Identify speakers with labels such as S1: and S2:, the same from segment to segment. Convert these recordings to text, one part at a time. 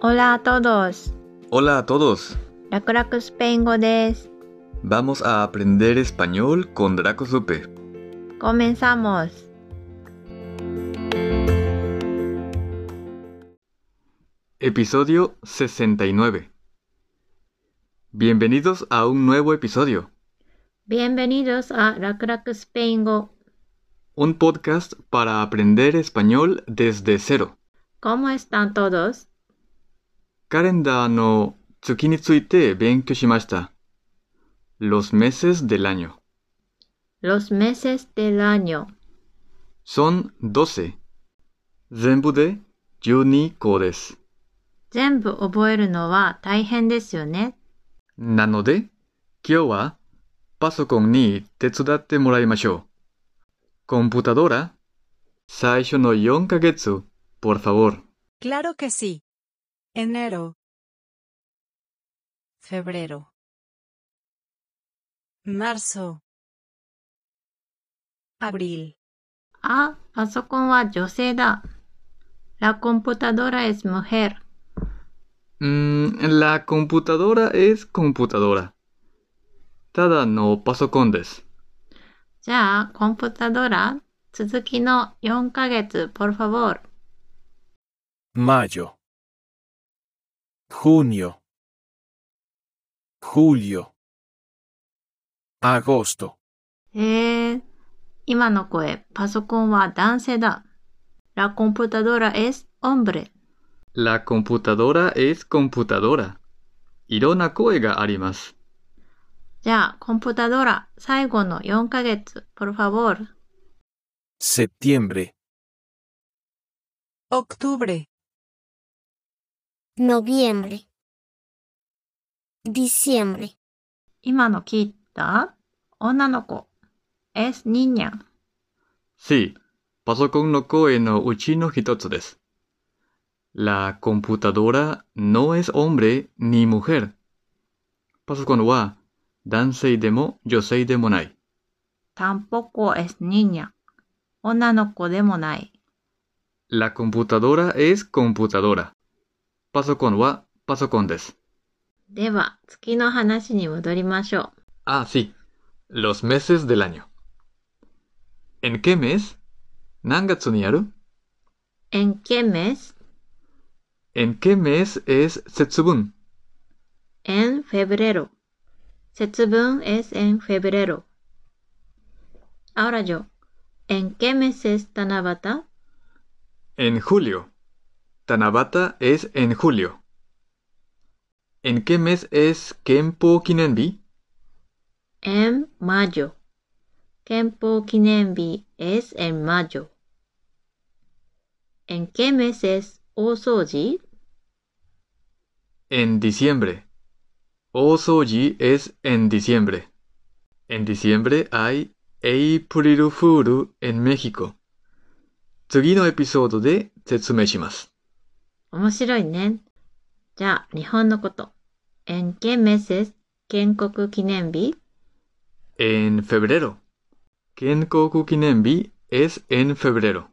S1: Hola a todos.
S2: Hola a todos.
S1: Rakurak Spaingo です。
S2: Vamos a aprender español con Draco Supe.
S1: Comenzamos.
S2: Episodio 69. Bienvenidos a un nuevo episodio,
S1: Bienvenidos a Rakurak Spaingo.
S2: un podcast para aprender español desde cero.
S1: ¿Cómo están todos?
S2: カレンダーの月について勉強しました。Los meses del año
S1: Los meses del año.
S2: son 12. 全部で12個です。
S1: 全部覚えるのは大変ですよね。
S2: なので、今日はパソコンに手伝ってもらいましょう。コンピュータドラ、最初の4ヶ月、por favor。
S3: Claro que sí. Enero. Febrero. Marzo. Abril.
S1: あ、パソコンは女性だ。La computadora es mujer.
S2: Mm, la computadora es computadora。ただのパソコンです。
S1: じゃあ、コンプタドラ、続きの4ヶ月、por favor。
S4: Mayo. Junio. Julio. Agosto.
S1: へえ、今の声、パソコンは男性だ。La computadora es hombre.
S2: La computadora es computadora。いろんな声があります。
S1: じゃあ、コンプタドラ、最後の4ヶ月、por favor。
S4: Septiembre.
S3: Octubre.
S5: Noviembre. Diciembre.
S1: 今の聞いた女の子。es niña。
S2: Sí, パソコンの声のうちの一つです。La computadora no es hombre ni mujer. パソコンは男性でも女性でもない。
S1: tampoco es niña。女の子でもない。
S2: La computadora es computadora. パソコンはパソコンです。
S1: では、月の話に戻りましょう。
S2: Ah, sí. Los meses del año. ¿En qué mes? 何月にある
S1: en qué mes?
S2: ¿En qué mes es Setsubun?
S1: en febrero. 節分 es en febrero. Ahora yo, ¿en qué mes es Tanabata?
S2: En julio. Tanabata es en julio. ¿En qué mes es Kenpo Kinenbi?
S1: En mayo. Kenpo Kinenbi es en mayo. ¿En qué mes es Osoji?
S2: En diciembre. Osoji es en diciembre. En diciembre hay April Fool en México. 次のエピソードで説明します。
S1: 面白いね。じゃあ、日本のこと。¿En qué mes es 建国記念日
S2: En febrero. Kenkoku Kinenbi es en febrero.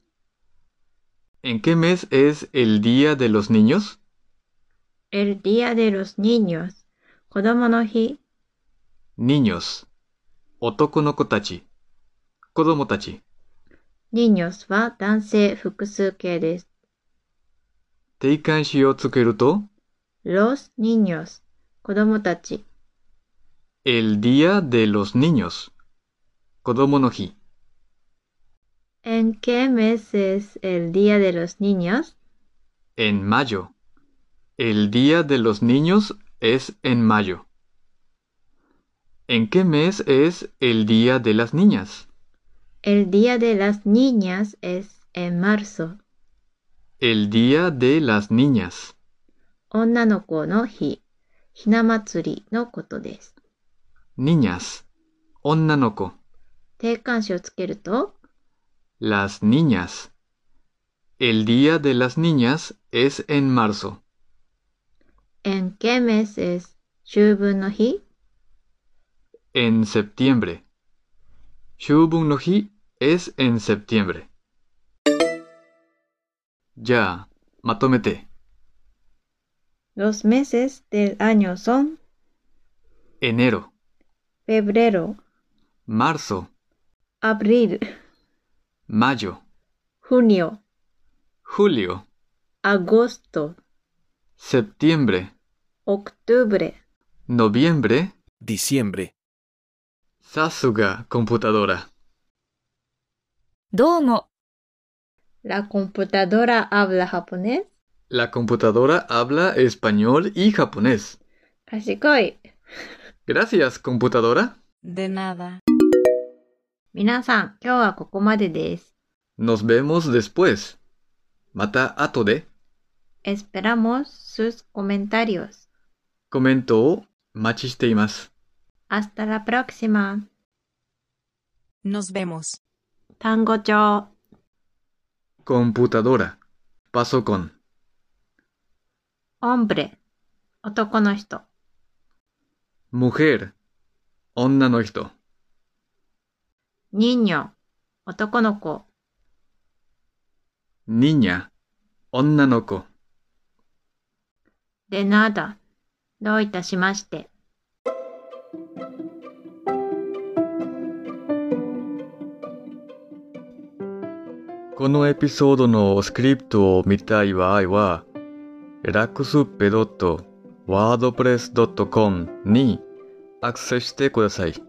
S2: ¿En qué mes es el Día de los Niños?
S1: El Día de los Niños 子供の日
S2: niños 男の子たち子供たち
S1: Niños は男性複数形です。
S2: 定冠詞をつけると
S1: Los niños 子供たち
S2: el día de los niños 子供の日
S1: ¿En qué mes es el día de los niños?
S2: en mayo el día de los niños es en mayo ¿En qué mes es el día de las niñas?
S1: El día de las niñas es en marzo.
S2: El día de las niñas
S1: 女の子の日、ひな祭りのことです。
S2: niñas 女の子
S1: 定冠詞をつけると、
S2: Las niñas. El día de las niñas es en marzo.
S1: En qué mes es 秋分の日
S2: En septiembre. Shubun no hi es en septiembre. Ya, matómete.
S1: Los meses del año son
S2: enero,
S1: febrero,
S2: marzo,
S1: abril,
S2: mayo,
S1: junio,
S2: julio,
S1: agosto,
S2: septiembre,
S1: octubre,
S2: noviembre.
S4: diciembre,
S2: Sasuga computadora.
S5: どうも、
S1: La computadora habla japonés.
S2: La computadora habla español y japonés.
S1: Kashikoi.
S2: Gracias, computadora.
S3: De nada.
S1: 皆さん、今日はここまでです。
S2: Nos vemos después. Mata ato de
S1: Esperamos sus comentarios.
S2: comento o machiste imasu.
S1: Hasta la próxima.
S3: Nos vemos.
S1: 単語帳。
S2: Computadora. Paso con
S1: hombre 男の人
S2: mujer. Onna no hito.
S1: niño 男の子
S2: Niña. Onna no ko.
S1: de nada どういたしまして
S2: このエピソードのスクリプトを見たい場合は、ラックスペ .wordpress.com にアクセスしてください。